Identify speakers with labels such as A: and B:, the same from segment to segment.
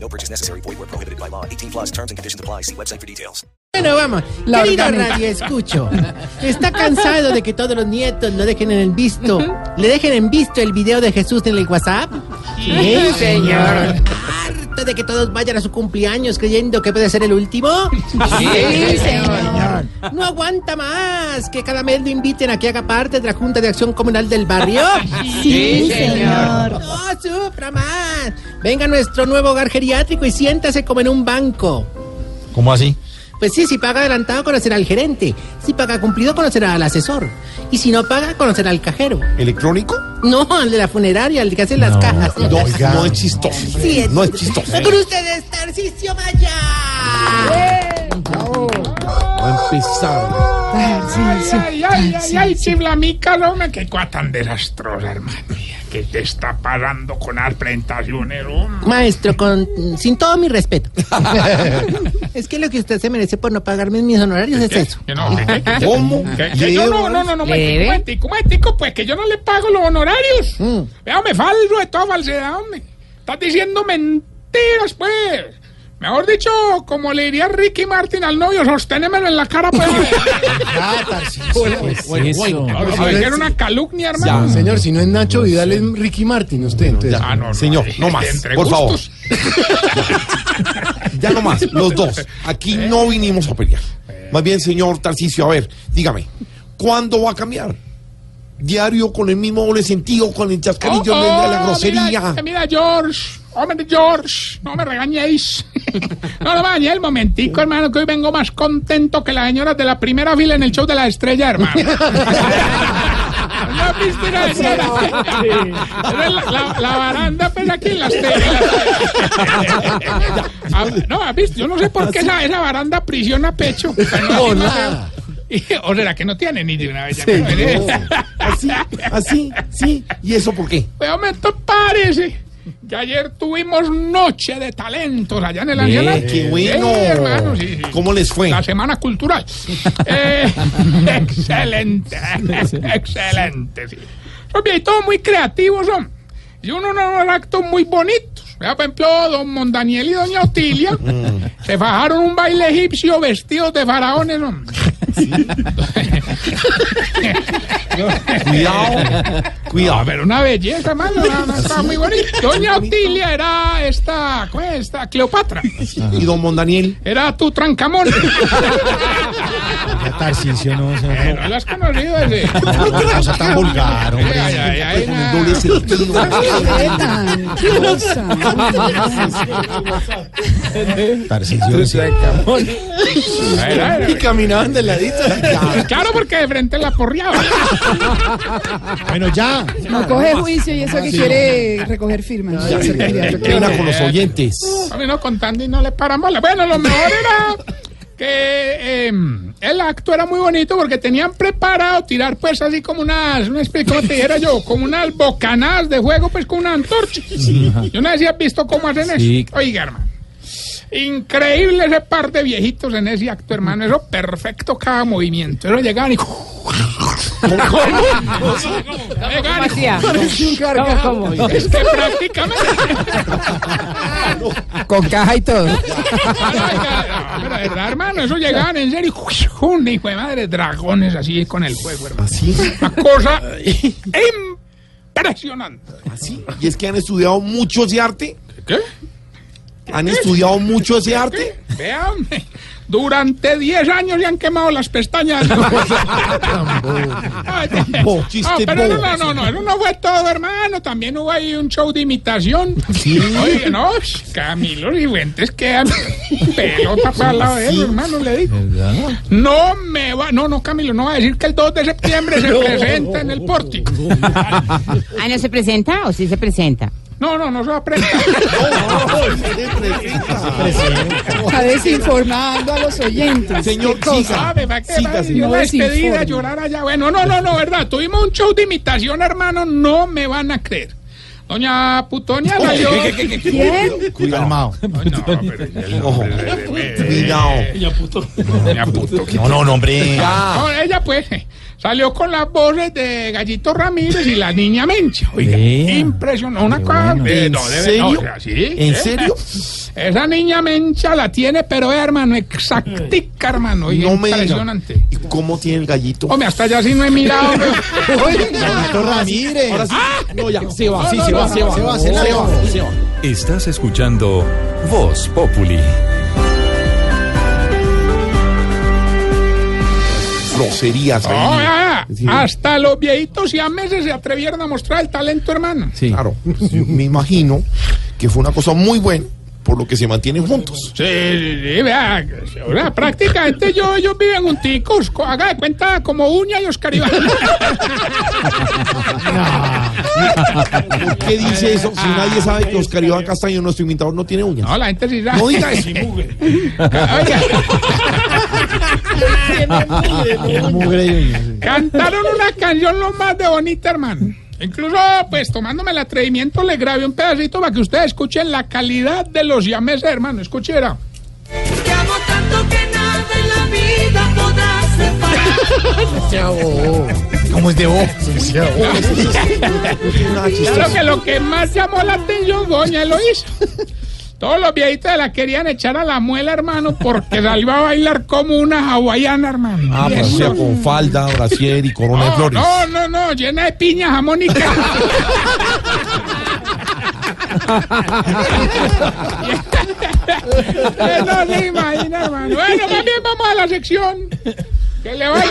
A: No purchase necessary. Void where prohibited by law. 18 plus terms and conditions apply. See website for details.
B: Bueno, vamos.
C: La
B: Querido
C: orgánica.
B: Radio Escucho, ¿está cansado de que todos los nietos lo dejen en el visto? ¿Le dejen en visto el video de Jesús en el WhatsApp? Sí, señor. ¿Harto de que todos vayan a su cumpleaños creyendo que puede ser el último? Sí, señor. ¿No aguanta más que cada mes lo inviten a que haga parte de la Junta de Acción Comunal del Barrio?
C: Sí, señor.
B: ¡No sufra más! Venga a nuestro nuevo hogar geriátrico y siéntase como en un banco.
C: ¿Cómo así?
B: Pues sí, si paga adelantado conocerá al gerente, si paga cumplido conocerá al asesor y si no paga conocerá al cajero.
C: ¿Electrónico?
B: No, al de la funeraria, al que hace las cajas.
C: oiga. No es chistoso.
B: Sí, es-
C: No es chistoso.
B: Con ustedes, Tarcisio Maya.
C: Va a empezar.
D: Ay, ay, ay, ay, ay, chiflamica, no me qué cosa tan desastrosa, hermano. Que te está parando con las presentaciones, hombre.
B: Maestro, con, sin todo mi respeto. es que lo que usted se merece por no pagarme mis honorarios es eso.
D: Que no, que- que- que-
C: ¿Cómo?
D: que- que yo no, no, no, no,
B: ¿Qué?
D: cuéntico, cuéntico, pues que yo no le pago los honorarios.
B: Mm.
D: Veame falso de toda falsedad, hombre. Estás diciendo mentiras, pues. Mejor dicho, como le diría Ricky Martin al novio, sosténemelo en la cara, pues.
C: Ah, Tarcisio. Bueno, bueno.
D: Ahora sí, que era una calumnia, hermano.
E: Señor, si no es Nacho Vidal, es Ricky Martin usted. entonces.
D: Ah, no, no,
C: Señor,
D: eh,
C: no más,
D: entre
C: por favor.
D: gustos.
C: Ya no más, los dos. Aquí no vinimos a pelear. Más bien, señor Tarcisio, a ver, dígame, ¿cuándo va a cambiar? Diario con el mismo doble sentido, con el chascarrillo,
D: Oh,
C: la- la
D: oh,
C: grosería.
D: Mira, mira, George. Hombre, George, no me regañéis. no, no me regañéis el momentico, hermano, que hoy vengo más contento que las señoras de la primera fila en el show de la estrella, hermano. ¿No has visto una señora? Pero en la, la- la baranda, pues aquí en la estrella. Ah, no, ¿has visto? Yo no sé por qué esa, esa baranda prisiona pecho. Pero no, no sé. o será que no tiene ni de una vez. ya me lo diré.
C: Así, así, sí. ¿Y eso por qué?
D: Pero me to- parece que ayer tuvimos noche de talentos allá en el ancianato.
C: qué bueno.
D: Sí, Eh, hermano, sí, sí.
C: ¿Cómo les fue?
D: La semana cultural. Eh, excelente, excelente. Sí. Oye, y todos muy creativos son. Y uno no unos actos muy bonitos. Vea, Por ejemplo, don Mondaniel y doña Otilia
C: Mm.
D: se bajaron un baile egipcio vestidos de faraones. hombre.
C: Cuidado,
D: No,
C: cuidado.
D: pero una belleza, mano. no, no, estaba muy bonita. Doña Otilia era esta, ¿cómo es esta? Cleopatra.
C: Y don Mondaniel.
D: Era tu trancamón.
E: Tarcisio, no,
D: Eh, no lo has conocido ese.
C: Otra cosa tan vulgar, hombre.
D: Ay, ay, ay,
C: Con
D: na.
C: el doble sentido. Tarcisio.
D: Era, era.
E: Caminaban de ladito.
D: Claro, porque de frente la porreaba.
E: Bueno, ya.
F: No coge juicio y eso que quiere recoger firmas.
C: Ya,
F: Ser candidato.
C: que una con los oyentes.
D: A mí no contando y no le paran bola. Bueno, lo mejor era que eh, el acto era muy bonito porque tenían preparado tirar pues así como unas, una especie, ¿cómo te dijera yo? Como unas bocanadas de juego pues con una antorcha. Yo no sé si has visto cómo hacen eso. Oiga, hermano. Increíble ese par de viejitos en ese acto, hermano. Eso perfecto cada movimiento. Eso llegaban y... Llegaban y- Es que prácticamente...
B: Con caja y todo.
D: Ah, no, Pero de verdad, hermano, eso llegaban en serio. Un hijo de madre, dragones así con el fuego, hermano.
C: Así.
D: Una cosa impresionante.
C: Así. Y es que han estudiado mucho ese arte.
D: ¿Qué?
C: Han estudiado mucho ese arte.
D: Vean, durante 10 años le han quemado las pestañas.
C: bobo, chiste
D: Ah, pero
C: bobo.
D: no, no, no, no, eso no fue todo, hermano. También hubo ahí un show de imitación. Oye, no, Camilo Riventes quedan pelota para el lado de él, hermano, le digo. No me va, no, no, Camilo, no va a decir que el 2 de septiembre se presenta en el pórtico.
G: Ah, ¿no se presenta o sí se presenta?
D: No, no, no se va a prestar.
F: Está desinformando a los oyentes.
C: Señor,
F: Qué cosa.
C: siga.
D: ¿Sabe? ¿Para qué?
C: Siga,
D: va?
C: señor.
D: Yo la despedida,
F: Desinforme.
D: llorar allá. Bueno, no, no, no, verdad. Tuvimos un show de imitación, hermano. No me van a creer. Doña Putonia salió.
F: ¿Quién?
C: Cuidado.
D: No, pero ya el nombre de- de- de-
C: Cuidado.
D: Doña Puto.
C: No, no, no, hombre.
D: No, ella pues eh, salió con las voces de Gallito Ramírez y la niña Mencha. Oiga,
E: Vea.
D: impresionante. Una cosa. eh,
C: ¿En
D: no, de-
C: serio?
D: no, o sea, sí,
C: ¿En
D: eh.
C: serio?
D: Esa niña Mencha la tiene, pero eh, hermano, exactica, hermano. oiga,
C: No me digan.
D: impresionante.
C: ¿Y cómo tiene el gallito?
D: Hombre, hasta allá sí no he mirado. pero-
E: Gallito Ramírez.
C: Ahora sí. No, ya, se va, sí,
D: no,
C: se
D: no,
C: va,
D: no,
C: se va.
E: se va, se
C: se va,
E: larga.
C: se va.
G: Estás escuchando Voz Populi.
C: Groserías
D: No,
C: ahí.
D: ya, ya.
C: Sí.
D: Oh, ah, Hasta los viejitos y a meses se atrevieron a mostrar el talento, hermano.
E: Sí.
C: Claro, pues, yo me imagino que fue una cosa muy buena, por lo que se mantienen juntos.
D: Sí, sí, sí, vea, o sea, prácticamente yo, ellos viven junticos, co- haga de cuenta como uña y Oscar Iván.
C: ¿Por qué dice eso si nadie sabe que Oscar Iván Castaño, nuestro imitador, no tiene uñas?
D: No, la gente sí sabe.
C: No diga eso.
D: Oiga,
E: Mugre y uña, sí.
D: cantaron una canción lo más de bonita, hermano. Incluso, pues, tomándome el atrevimiento, le grabé un pedacito para que ustedes escuchen la calidad de los siameses, hermano. Escuche, verá.
H: Te amo tanto que nada en la vida podrás separar.
E: ¿Cómo es de vos?
D: Claro que lo que más llamó la atención, doña Eloísa. Todos los viejitos la querían echar a la muela, hermano, porque salió a bailar como una hawaiana, hermano.
C: Ah, pues o sea, con falda, brasier y corona de
D: no,
C: flores.
D: no, no, no, llena de piña, jamón y queso. Usted no se imagina, hermano. Bueno, más bien vamos a la sección. Que le va a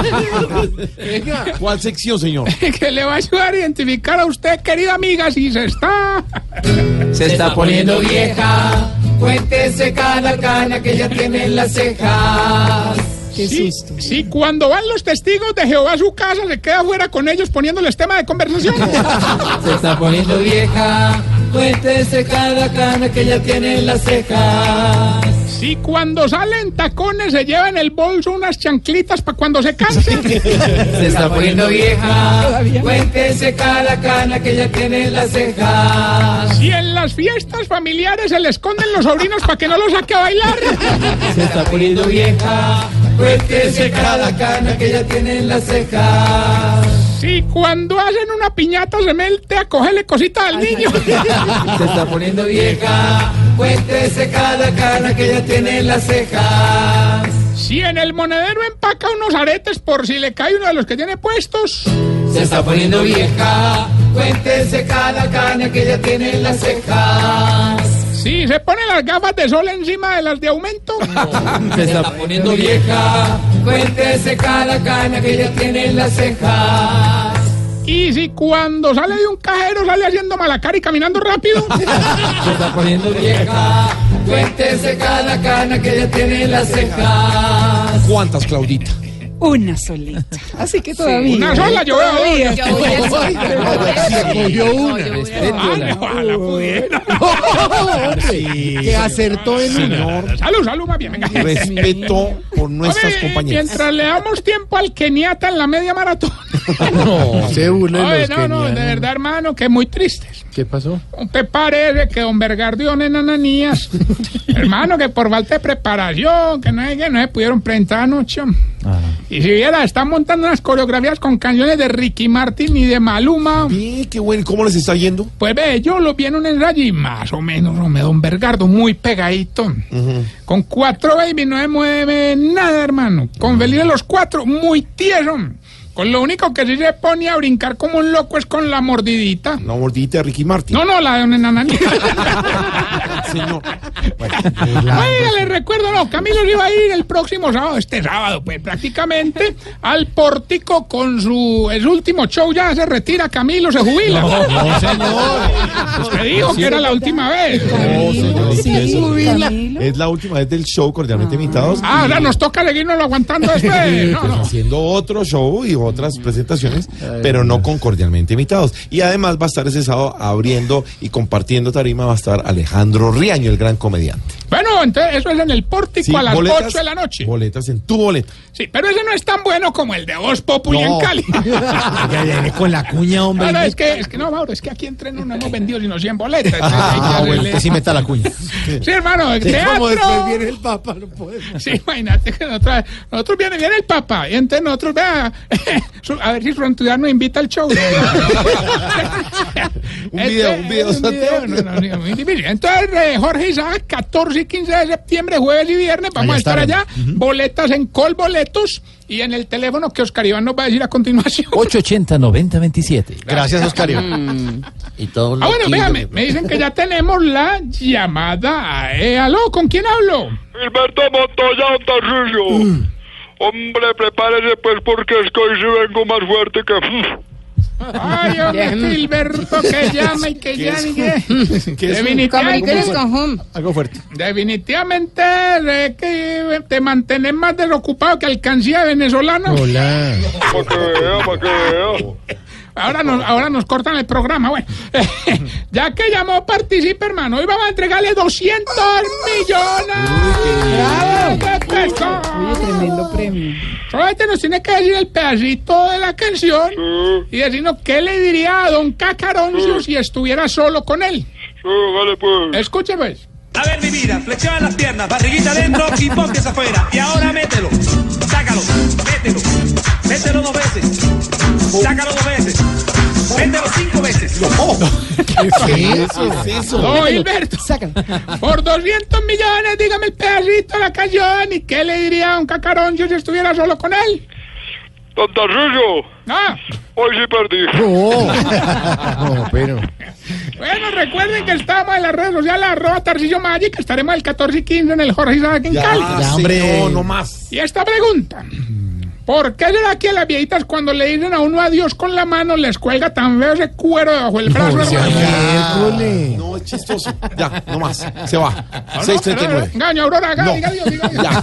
D: ayudar.
C: ¿Cuál sección, señor?
D: que le va a ayudar a identificar a usted, querida amiga, si se está
I: Se está poniendo vieja. Cuéntese cada cana que ya tiene en las cejas.
F: Qué
D: Sí,
F: susto.
D: sí, cuando van los testigos de Jehová a su casa, se queda fuera con ellos poniéndoles tema de conversación.
I: Se está poniendo vieja. Cuéntese cada cana que ya tiene en las cejas.
D: Sí, cuando salen tacones, se llevan el bolso unas chanclitas para cuando se cansen.
I: Se está poniendo vieja. Cuéntese cada cana que ya tiene en las cejas.
D: Y en las fiestas familiares se le esconden los sobrinos para que no los saque a bailar.
I: Se está poniendo vieja. Cuéntese cada cana que ya tiene en las cejas.
D: Sí, cuando hacen una piñata, se mete a cogerle cositas al niño.
I: Se está poniendo vieja. Cuéntese cada cana que ya tiene en las cejas.
D: Sí, en el monedero empaca unos aretes por si le cae uno de los que tiene puestos.
I: Se está poniendo vieja. Cuéntese cada cana que ya tiene en las cejas.
D: Sí, se ponen las gafas de sol encima de las de aumento.
I: Se está poniendo vieja. Cuéntese cada cana que ya tiene en las cejas.
D: Y si cuando sale de un cajero sale haciendo mala cara y caminando rápido.
I: Se está poniendo vieja. Cuéntese cada cana que ya tiene en las cejas.
C: ¿Cuántas, Claudita?
F: Una solita. Así que todavía.
D: Una sola, yo veo dos.
F: Todavía.
E: Cogió una.
D: Ay, "Ah, ojalá pudiera.
E: Que acertó en una.
D: Salud, salud, más bien, venga.
C: Respeto por nuestras
D: Hombre,
C: compañeras.
D: Mientras le damos tiempo al Keniata en la media maratón.
E: No, se burla
D: Oye,
E: de los
D: no, no, de
E: kenianos.
D: verdad, hermano, que muy tristes.
E: ¿Qué pasó?
D: Te parece que don Bergardión en Ananías, hermano, que por falta de preparación, que no, es que no se pudieron presentar anoche. Y si viera, están montando unas coreografías con canciones de Ricky Martin y de Maluma.
C: Bien, qué bueno. ¿Cómo les está yendo?
D: Pues ve, yo lo vi en un ensayo y más o menos, hombre, don Bergardo, muy pegadito. Con cuatro baby no se mueve nada, hermano. Con Feliz de los cuatro, muy tieso. Con lo único que sí se pone a brincar como un loco es con la mordidita.
C: La mordidita de Ricky Martin. Ah,
D: No, no, la de una nananita.
C: señor.
D: Oiga, les recuerdo, no, Camilo se iba a ir el próximo sábado, este sábado, pues prácticamente, al pórtico con su el último show. Ya se retira Camilo, se jubila.
E: No, señor.
D: Te digo que era la última vez.
F: Camilo,
E: No, señor,
F: sí,
E: eso.
F: Camilo. Camilo?
C: Es la última vez del show cordialmente invitados.
D: Ah,
C: y
D: ahora nos toca seguirnos aguantando después. No,
C: pues,
D: no.
C: haciendo otro show y otras presentaciones, pero no con cordialmente invitados. Y además va a estar ese sábado abriendo y compartiendo tarima, va a estar Alejandro Riaño, el gran comediante.
D: Bueno, entonces eso es en el pórtico
C: Sí,
D: a las
C: boletas-
D: 8 de la noche.
C: Boletas en tu boleta.
D: Sí, pero ese no es tan bueno como el de Voz Populi
C: No.
D: en Cali.
E: Ya viene con la cuña, hombre.
D: Ahora es que, es que no, Mauro, es que aquí en Treno no hemos vendido sino 100 boletas. Entonces, hay que
E: Ah,
D: hacerle-
E: bueno, que sí meta la cuña.
D: Sí, hermano, el
E: Como después
D: teatro.
E: viene el papa, no podemos.
D: Sí, imagínate que nosotros, nosotros viene, viene el Papa, y entonces nosotros, vea, su- a ver si Frontudar nos invita al show.
C: Un video, un video, Santiago.
D: no, no, no, muy difícil. Entonces, eh, Jorge Isaac, 14 y 15 de septiembre, jueves y viernes, vamos
E: Allá
D: a estar allá,
E: estaremos.
D: boletas en Colboletos y en el teléfono que Oscar Iván nos va a decir a continuación.
J: 880-9027.
E: Gracias, Oscario.
J: Y todo
D: Ah, bueno, véame, me dicen que ya tenemos la llamada. a- Eh, aló, ¿con quién hablo?
K: Gilberto Montoya Ontarrillo.
E: Mm.
K: Hombre, prepárese pues porque es que hoy sí vengo más fuerte que...
D: Ay, hombre, Gilberto, que llama y que llame y que...
L: Comunicaciones
D: Definitivamente,
L: con Home.
E: Algo fuerte.
D: definitivamente eh, que te mantenés más desocupado que alcancía venezolana.
E: Hola.
K: Para que vea, para que vea.
D: Ahora nos, ahora nos cortan el programa, bueno. ya que llamó, participe, hermano. Hoy vamos a entregarle 200 millones. ¡Bravo, Pepeco!
F: Oye, tremendo premio.
D: Solamente este nos tiene que decir el pedacito de la canción
K: Sí,
D: y decirnos qué le diría a don Cacaroncio si estuviera solo con él.
K: sí, vale pues.
D: Escuche pues.
M: A ver, mi vida, flexiona las piernas, barriguita adentro y ponte hacia afuera. Y ahora mételo, sácalo, mételo, mételo dos veces, sácalo dos veces, mételo cinco veces.
E: ¿Qué es eso?
D: Don Gilberto,
F: Sácalo.
D: por 200 millones, dígame el pedacito de la canción y qué le diría a don Cacaroncio si estuviera solo con él.
K: Ontarrillo,
D: Ah,
K: hoy sí perdí.
E: No. No, pero.
D: bueno, recuerden que estamos en las redes sociales, arroba Tarcillo Magic, estaremos el 14 y 15 en el Jorge Isaac en Cali.
E: Ya, hombre.
C: señor, no más.
D: Y esta pregunta. ¿Por qué será que a las viejitas cuando le dicen a uno adiós con la mano les cuelga tan feo ese cuero debajo del brazo?
E: sea
D: hermano?
E: miércoles.
C: No, es chistoso. Ya, no más. Se va.
D: No, no,
C: 639.
E: este
D: pero, ¿eh? Engaño, Aurora, haga,
C: No.
D: diga adiós, diga adiós.
C: Ya.